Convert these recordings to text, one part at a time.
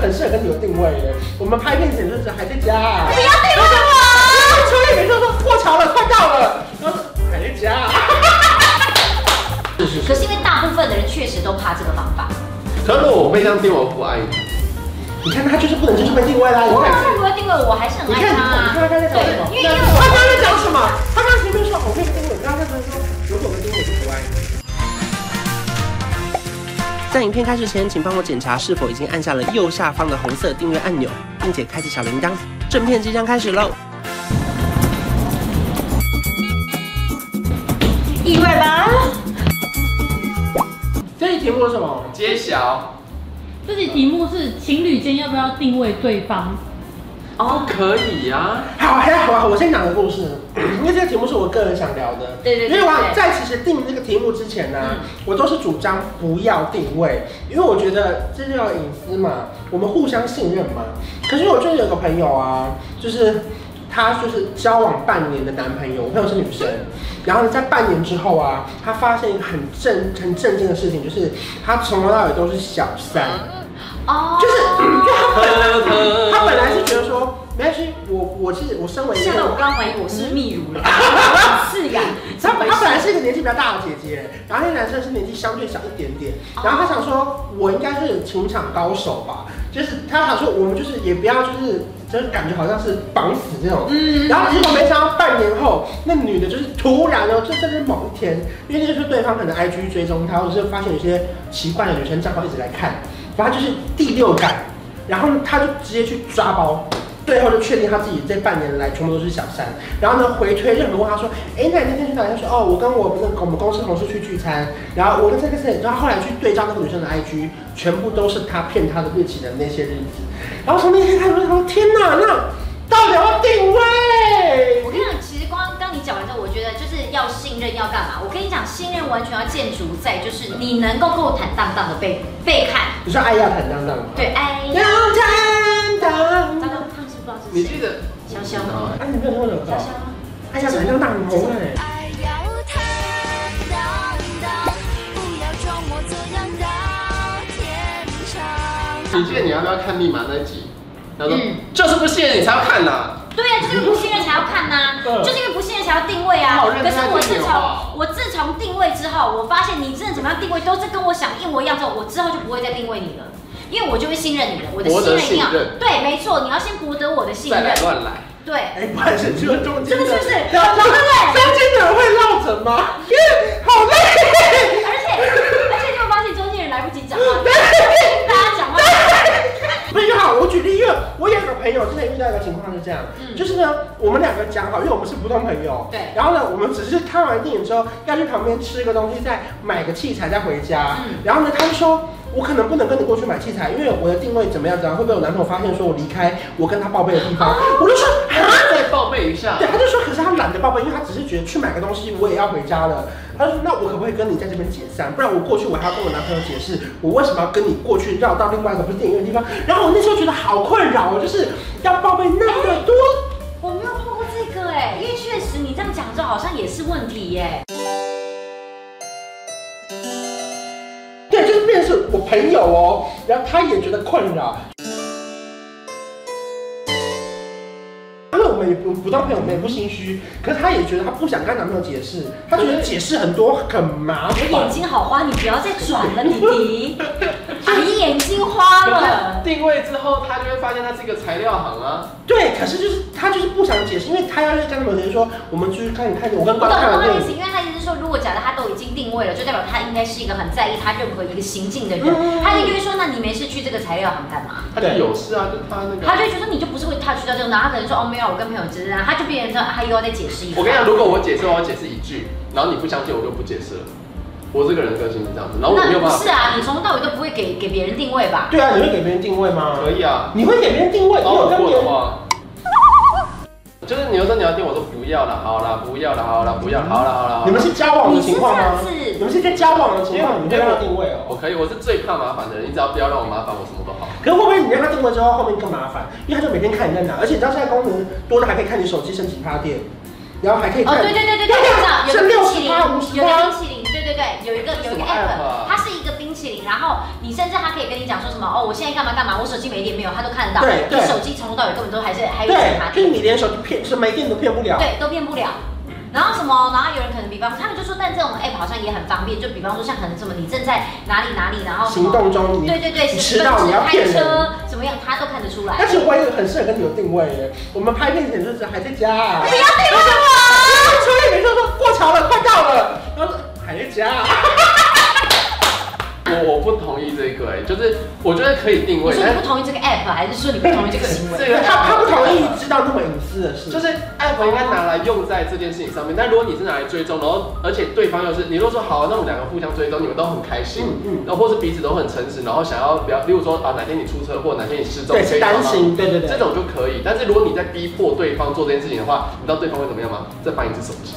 很适合跟你们定位耶。我们拍片前就是还在家、啊，不要啊定位我！初恋每次都说过桥了，快到了，然后说还在家、啊。是是可是，是因为大部分的人确实都怕这个方法。可是如果我被这样定，我不爱你。你看他就是不能接受被定位啦，你我看当然不会定位，我还是很你爱看你他啊看他在。讲什么？对，因为因为他刚刚我在讲什么？他刚前面说我可以定位，然后他刚才说如果我们定位就不爱你。在影片开始前，请帮我检查是否已经按下了右下方的红色订阅按钮，并且开启小铃铛。正片即将开始喽！意外吧？这一题目是什么？揭晓，这题题目是情侣间要不要定位对方？哦，可以啊。好，还好啊，我先讲个故 事，因为这个题目是我个人想聊的。对对对因为我对嗯在其实定这个题目之前呢、我都是主张不要定位，因为我觉得这就叫隐私嘛，我们互相信任嘛。可是我就是有个朋友啊，就是她就是交往半年的男朋友，我朋友是女生，然后呢，在半年之后啊，她发现一个很震很震惊的事情，就是她从头到尾都是小三。哦，就是就他本呵来呵 他本来是觉得说没关系，我我是我身为一吓到我个。刚刚怀疑我是泌乳 了，是呀，他他本来是一个年纪比较大的姐姐，然后那个男生是年纪相对小一点点，然后他想说，我应该是情场高手吧，就是他想说我们就是也不要就是就是感觉好像是绑死这种，嗯然后结果没想到半年后，那女的就是突然哦，就真的是某一天，因为那就是对方可能 IG 追踪她，或者是发现有些奇怪的女生账号一直来看，然后她就是第六感，然后她就直接去抓包。最后就确定她自己这半年来全部都是小三，然后呢回推任何人问她说，哎、那你那天去哪里？她说，哦，我跟我那个我们公司同事去聚餐，然后我跟这个谁，然后后来去对照那个女生的 IG，全部都是她骗她的日期的那些日子，然后从那天开始，我就想说天哪，那到底要定我位？跟你讲，其实光刚你讲完之后，我觉得就是要信任，要干嘛？我跟你讲，信任完全要建筑在就是你能够够坦荡荡的被被看，你说爱要坦荡荡吗？对，哎要呀，坦荡刚荡。刚胖是不知道是谁，你记得？潇潇吗？哦啊，你没有听过这首歌潇？潇，爱要坦荡荡很红哎。爱要坦荡荡，不要装模作样到天长。你记得你要不要看密码那一集？他说嗯就是不信任你才要看啊呐。对呀、就是因为不信任才要看呐、嗯就是因为不信任才要定位啊好。认可真是我定自位从哦我自从定位之后，我发现你真的怎么样定位都是跟我想一模一样之后，我之后就不会再定位你了，因为我就会信任你了，我的博信得任一定要信任对，没错，你要先博得我的信再任来，乱来。对。哎，不然是这中间的，这个是不是然后对不对中间的人会落枕吗？因为好累。而 且而且你会发现中间人来不及讲话，大家讲话， 不是就好，我举例，因为我有一个朋友之前遇到一个情况是这样，嗯就是呢，我们两个讲好，因为我们是普通朋友，对然后呢，我们只是看完电影之后要去旁边吃个东西，再买个器材再回家，嗯然后呢，他就说。我可能不能跟你过去买器材，因为我的定位怎么样怎么样，会被我男朋友发现说我离开我跟他报备的地方，哦我就说啊，再报备一下对，。他就说，可是他懒得报备，因为他只是觉得去买个东西我也要回家了。他就说，那我可不可以跟你在这边解散？不然我过去我还要跟我男朋友解释，我为什么要跟你过去绕到另外一个不是电影院的地方。然后我那时候觉得好困扰，哦，就是要报备那么多。我没有碰过这个哎、因为确实你这样讲之后好像也是问题耶、对，就是变成是我朋友哦，然后他也觉得困扰。因为我们也不不当朋友，我们也不心虚，可是他也觉得他不想跟男朋友解释，他觉得解释很多很麻我烦。眼睛好花，你不要再转了，弟 弟，阿姨眼睛花了。定位之后，他就会发现他是一个材料行啊。对，可是就是他就是不想解释，因为他要是跟他们解释说，我们就是看你看我跟我懂观众看我完电懂意影，思，因为他意思是说，如果假设他都已经定位了，就代表他应该是一个很在意他任何一个行径的人。他就会说，那你没事去这个材料行干嘛？他就有事啊，就他那他个。就觉得你就不是会 touch 到这种，然后他可能说哦没有，我跟朋友之间啊，他就变成说他又要再解释一番。我跟你讲，如果我解释，我要解释一句，然后你不相信，我就不解释了。我这个人个性是这样子，然后我那没你有不办是法。啊，你从头到尾都不会给给别人定位吧？对啊，你会给别人定位吗？可以啊，你会给别人定位？你把有我跟过别的人？话，就是你要说你要定，我说不要了，好了，不要了，好了，不要，好了，好了。好啦你们是交往的情况吗你是这样子？你们是在交往的情况，你会让他定位哦。我可以，我是最怕麻烦的人，你只要不要让我麻烦，我什么都好。可是会不会你让他定位之后，后面更麻烦？因为他就每天看你在哪，而且你知道现在功能多的还可以看你手机升级趴垫，然后还可以哦，看。对对对对对，我知道，有是的六冰十淇淋，趴、五十有的趴冰。淇淋，对对对，有一个有一什个么 app app，啊它是一个冰淇淇淋，然后你甚至他可以跟你讲说什么哦，我现在干嘛干嘛，我手机没电没有，他都看得到。对对你手机从头到尾根本都还是还有对检查，就是你连手机骗是没电都骗不了。对，都变不了。然后什么？然后有人可能，比方他们就说，但这种 app 好像也很方便。就比方说，像可能什么，你正在哪里哪里，然后什行么动中你对对对，你十迟分到钟你要开骗人。车怎么样，他都看得出来。但是我也很适合跟你有定位耶。我们拍片前就是还在家、啊，不要对我出去每次说过桥了，快到了，然后说还在家、啊。我我不同意这个、哎，就是我觉得可以定你位，哎说你不同意这个 app，还是说你不同意这个行为？这对个他他不同意知道那么隐私的事，就是 app 应该拿来用在这件事情上面，但如果你是拿来追踪，然后而且对方又是你如果说好，那我们两个互相追踪，你们都很开心，嗯嗯然后或是彼此都很诚实，然后想要不要，例如说啊哪天你出车祸，哪天你失踪，对可是以帮忙担心，对对这对。种就可以。但是如果你在逼迫对方做这件事情的话，你知道对方会怎么样吗？再搬一只手机，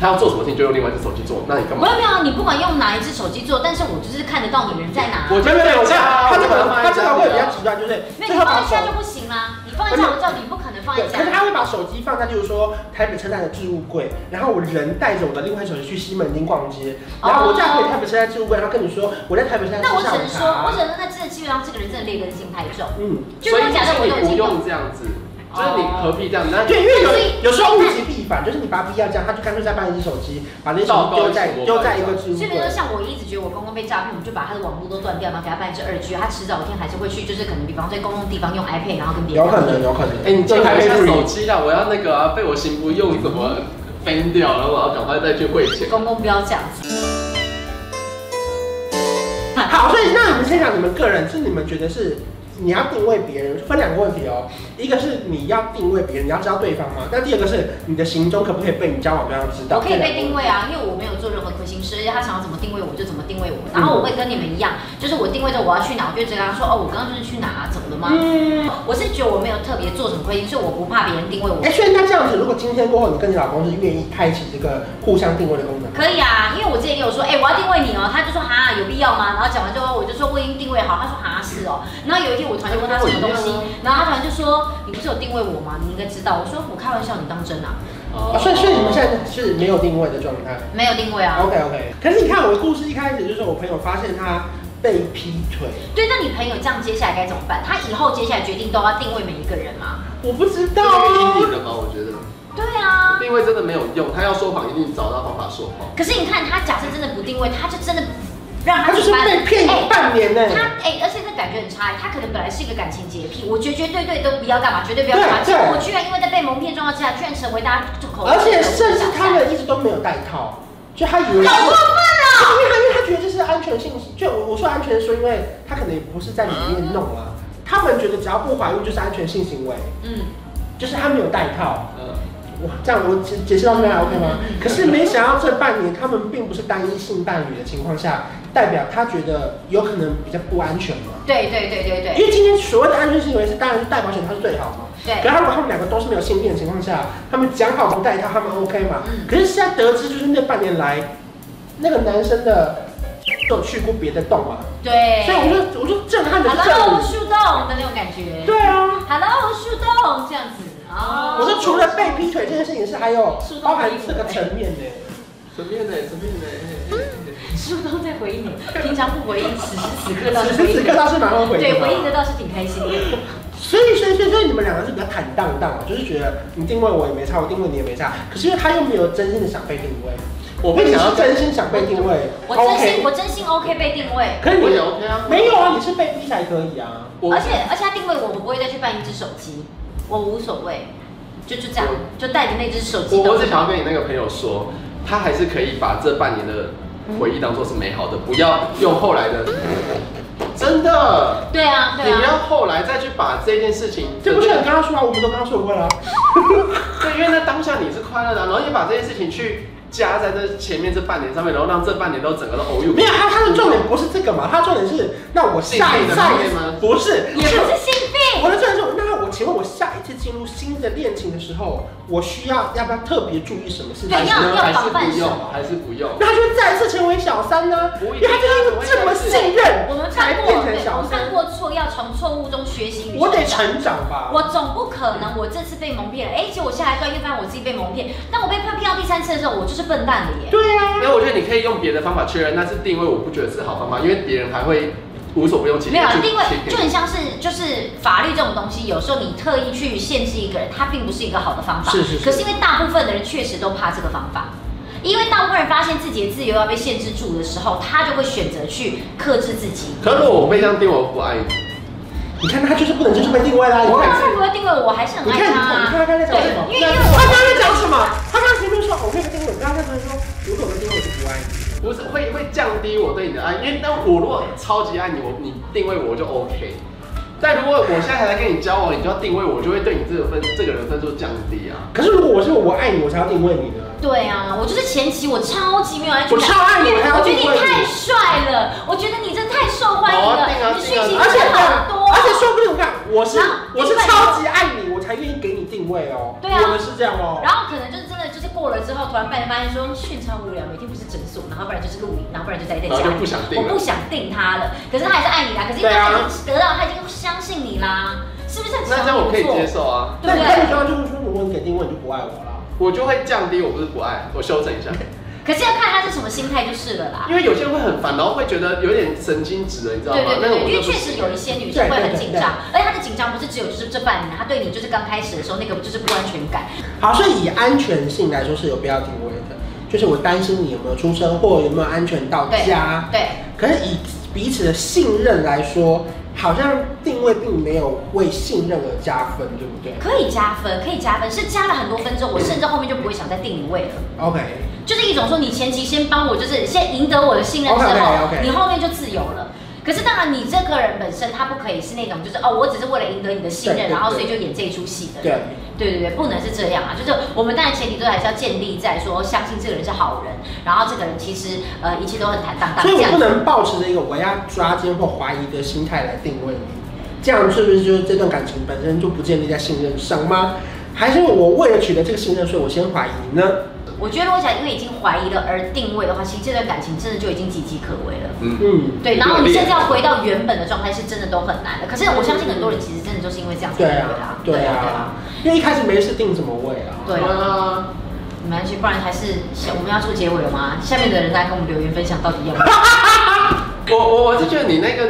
他要做什么事情就用另外一只手机做，那你干没嘛有？没有，你不管用哪一只手机做，但是我就是看得到你人在哪。我没有没有，我他这个他这个会比较啊急极端，就是没最有，你后放把在手家就不行啦。你放在家，我知道你不可能放在对，家可是。他会把手机放在，就是说台北车站的置物柜，然后我人带着我的另外一手机去西门町逛街，然后我再回台北车站置物柜，然后跟你说我在台北车站吃哦那我只下午能说，茶我只。能说，那真的基本上这个人真的劣根性太重。嗯，就所以算假设我你都已不经用这样子，就是你何必这样？那对，因为所以有有时候物极必反，就是你把他逼要这样，他就干脆再办一只手机，把那手机丢在丢在一个置物所以，比如说柜。像我一直觉得我公公被诈骗，我们就把他的网络都断掉，然后给他办一支二 G，他迟早有一天还是会去，就是可能比方说在公共地方用 iPad，然后跟别人有可聊天能，有可能。哎，你借这我还一下可以手机啦，我要那个啊，被我行不用怎么分掉，然后我要赶快再去汇钱。哦公公不要这样子。好，所以那你们先讲你们个人，是你们觉得是你要定位别人，分两个问题哦。一个是你要定位别人，你要知道对方嘛。那第二个是你的行踪可不可以被你交往对象知道？我可以被定位啊，因为我没有做任何亏心事，而且他想要怎么定位我就怎么定位我，然后我会跟你们一样，就是我定位着我要去哪，我就直接跟他说哦，我刚刚就是去哪、啊，怎么了吗？嗯，我是觉得我没有特别做什么亏心，所以我不怕别人定位我哎、。所以那这样子，如果今天过后你跟你老公是愿意开启这个互相定位的功能，可以啊，因为我之前也有说，哎、我要定位你哦，他就说哈，有必要吗？然后讲完之后，我就说我已经定位好，他说哈是哦。然后有一天我突然就问他什么东西，然后他突然就说你不是有定位我吗？你应该知道。我说我开玩笑，你当真啊？哦啊、所以所以你们现在是没有定位的状态。没有定位啊。 OK OK。可是你看我的故事一开始就是我朋友发现他被劈腿，对，那你朋友这样接下来该怎么办？他以后接下来决定都要定位每一个人吗？我不知道这是哦阴影。的吗？我觉得对啊。定位真的没有用，他要说谎一定找到方法说谎。可是你看，他假设真的不定位，他就真的让他他就是去搬被骗哎半年呢、他哎、而且这感觉很差、他可能本来是一个感情洁癖，我绝绝对对都不要干嘛，绝对不要干嘛，对结对果我居然因为在被蒙骗状况之下，居然成为大家众口，而且甚至他们一直都没有戴套，就他以为好过分啊！因为他因为他觉得这是安全性，就我我说安全是说，因为他可能也不是在里面弄啊，他们觉得只要不怀孕就是安全性行为，嗯，就是他没有戴套。嗯，我这样我解解释到这边还 OK 吗？可是没想到这半年他们并不是单一性伴侣的情况下，代表他觉得有可能比较不安全嘛。对对对对对因为今天所谓的安全性行为是当然是戴保险它是最好嘛。可是对，他们他们两个都是没有性病的情况下，他们讲好不戴套，他们 OK 嘛？嗯可是现在得知，就是那半年来，那个男生的有去过别的洞嘛，对。所以我就我就震撼的是这 Hello 里。树洞的那种感觉对啊， ，Hello 树洞这样子啊。我说除了被劈腿这件事情是还有是包含这个哎层面的。随便的，随便的。树洞在回应你，平常不回应，此时此刻倒此是时回此应刻的，倒是蛮后悔的。对，回应的。倒是挺开心的。所以所以所以所以你们两个是比较坦荡荡的，就是觉得你定位我也没差，我定位你也没差。可是因为他又没有真心的想被定位，我不因为你想要是跟，真心想被定位我真心， ，OK。我真心 OK 被定位，可是我也你 OK 啊。没有啊，你是被逼才可以啊。我而且而且他定位我，我不会再去办一只手机，我无所谓，就就这样，就带着那只手机我到。我只想要跟你那个朋友说，他还是可以把这半年的回忆当做是美好的，不要用后来的。真的，对啊，你对不啊。要后来再去把这件事情，这不是很刚刚说啊，我们都刚刚说 过了啊。对，因为那当下你是快乐的啊，然后你把这件事情去加在这前面这半年上面，然后让这半年都整个都 O U。没有，啊他他的重点不是这个嘛，他的重点是，那我下一性病的下方面一吗不是，也不是性病，我的重点是，那我请问我下一次进入新的恋情的时候，我需要要不要特别注意什么事情对？要要还是防范不什用么，还是不用。那他就再次成为小三呢、不一因为定啊他就是这么信任，我们才犯过，对，变成小我们三犯。过错，要从错误中学习与我得成长成长吧。我总不可能我这次被蒙骗了，哎、结果下一段又发现我自己被蒙骗。当我被骗骗到第三次的时候，我就是笨蛋了耶。对啊，那我觉得你可以用别的方法确认，但是定位我不觉得是好方法，因为别人还会无所不用其极没有地啦去，定位去就很像是就是法律这种东西，有时候你特意去限制一个人，他并不是一个好的方法。是是是可是因为大部分的人确实都怕这个方法，因为大部分人发现自己的自由要被限制住的时候，他就会选择去克制自己。可是如果我被这样定位，我不爱你。你看他就是不能接受被定位啦。你我看刚才不会定位我，还是很哦你爱看，你他看啊。他刚才在讲什么？对，因为因为他我刚才在讲什么？他刚才前面说我可以跟定位，然后他突然说如果我跟定位我就不爱你。不是会会降低我对你的爱，因为但我如果超级爱你，我你定位我就 OK。但如果我现在还在跟你交往，你就要定位我，就会对你这个分这个人分数降低啊。可是如果我是我爱你，我才要定位你呢。对啊，我就是前期我超级没有安全感，我超爱你因为我还要我觉得你定位你太帅了，我觉得你真的太受欢迎哦了，定啊你讯定啊息而且真的好多，啊而且说不定我看我是然后我是另外一个超级爱你，我才愿意给你定位哦。对啊我们是这样哦。然后可能就是真的就是过了之后，突然半发现说训超无聊，每天不是诊所，然后不然就是露营，然后不然就宅在家里，然后就不想定了我不想定他了，可是他还是爱你啦，可是因为对啊他已经得到，他已经相信你啦，是不是很那这样我可以接受啊，对那不你那你对？刚刚就是说，如果你给定位，你就不爱我了。我就会降低，我不是不爱，我修正一下。可是要看他是什么心态就是了啦。因为有些人会很烦，然后会觉得有点神经质了，你知道吗对？对那对种对，我因为就不确行实有一些女生会很紧对对对张，而且她的紧张不是只有就是这半年，她对你就是刚开始的时候那个就是不安全感。好，所以以安全性来说是有必要定位的，就是我担心你有没有出车祸，有没有安全到对家。对，可是以彼此的信任来说，好像定位并没有为信任而加分，对不对可以加分，可以加分，是加了很多分之后，我甚至后面就不会想再定你位了。 ？OK，就是一种说，你前期先帮我，就是先赢得我的信任之后 OK，OK，OK 你后面就自由了。可是当然，你这个人本身他不可以是那种，就是哦，我只是为了赢得你的信对任，对然后所对以就演这一出戏的。对，对对对，不能是这样啊！就是我们当然前提都还是要建立在说，相信这个人是好人，然后这个人其实呃一切都很坦荡荡所以这我样不。能抱持着一个我要抓奸或怀疑的心态来定位你，这样是不是就是这段感情本身就不建立在信任上吗？还是我为了取得这个信任，所以我先怀疑你呢？我觉得如果想因为已经怀疑了而定位的话，其实这段感情真的就已经岌岌可危了。嗯，嗯，对，然后你现在要回到原本的状态是真的都很难的。可是我相信很多人其实真的就是因为这样才对定位的啊，对啊，因为一开始没事定什么位啊？对啊啊，没关系，不然还是我们要做结尾了吗？下面的人来跟我们留言分享到底要不 要？我我我是觉得你那个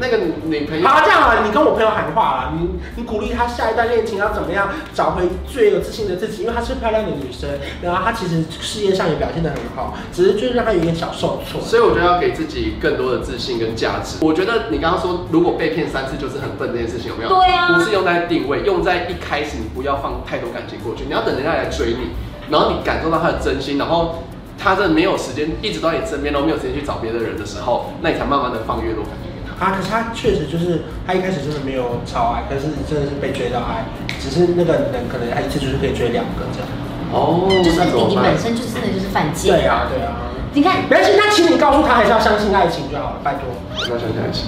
那个女朋友好，这样啊，你跟我朋友喊话啦，你你鼓励她下一段恋情要怎么样找回最有自信的自己，因为她是漂亮的女生，然后她其实事业上也表现得很好，只是就是让她有点小受挫。所以我觉得要给自己更多的自信跟价值。我觉得你刚刚说，如果被骗三次就是很笨这件事情，有没有？对啊不是用在定位，用在一开始你不要放太多感情过去，你要等人家来追你，然后你感受到他的真心，然后他真的没有时间一直到你身边，都没有时间去找别的人的时候，那你才慢慢的放越多感情给他。啊，可是她确实就是，她一开始真的没有超爱，可是真的是被追到爱，只是那个人可能她一次就是可以追两个这样。哦，就是那怎么你办本身就是真的就是犯贱。对啊，对啊。你看，没关系，那请你告诉她还是要相信爱情就好了，拜托。那想想一下，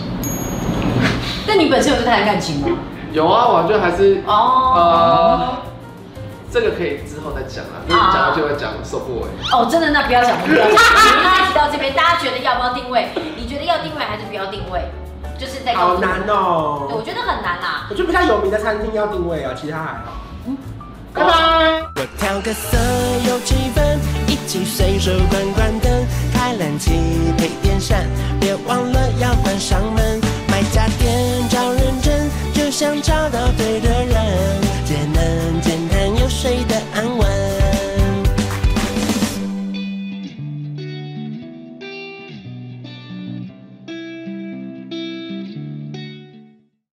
那你本身有对他的感情吗？有啊，我觉得还是哦呃，这个可以之后再讲啊，因为讲到就会讲受不完。哦，真的，那不要讲，不要讲。我们刚才提到这边，大家觉得要不要定位？你觉得要定位还是不要定位？就是在告好诉难对，哎我哦、觉得很难啦。我觉得比较有名的餐厅要定位啊，其他还好。拜拜。我调个色有气氛，一起随手关关灯，开冷气配电扇，别忘了要关上门。买家电找认真，就像找到对的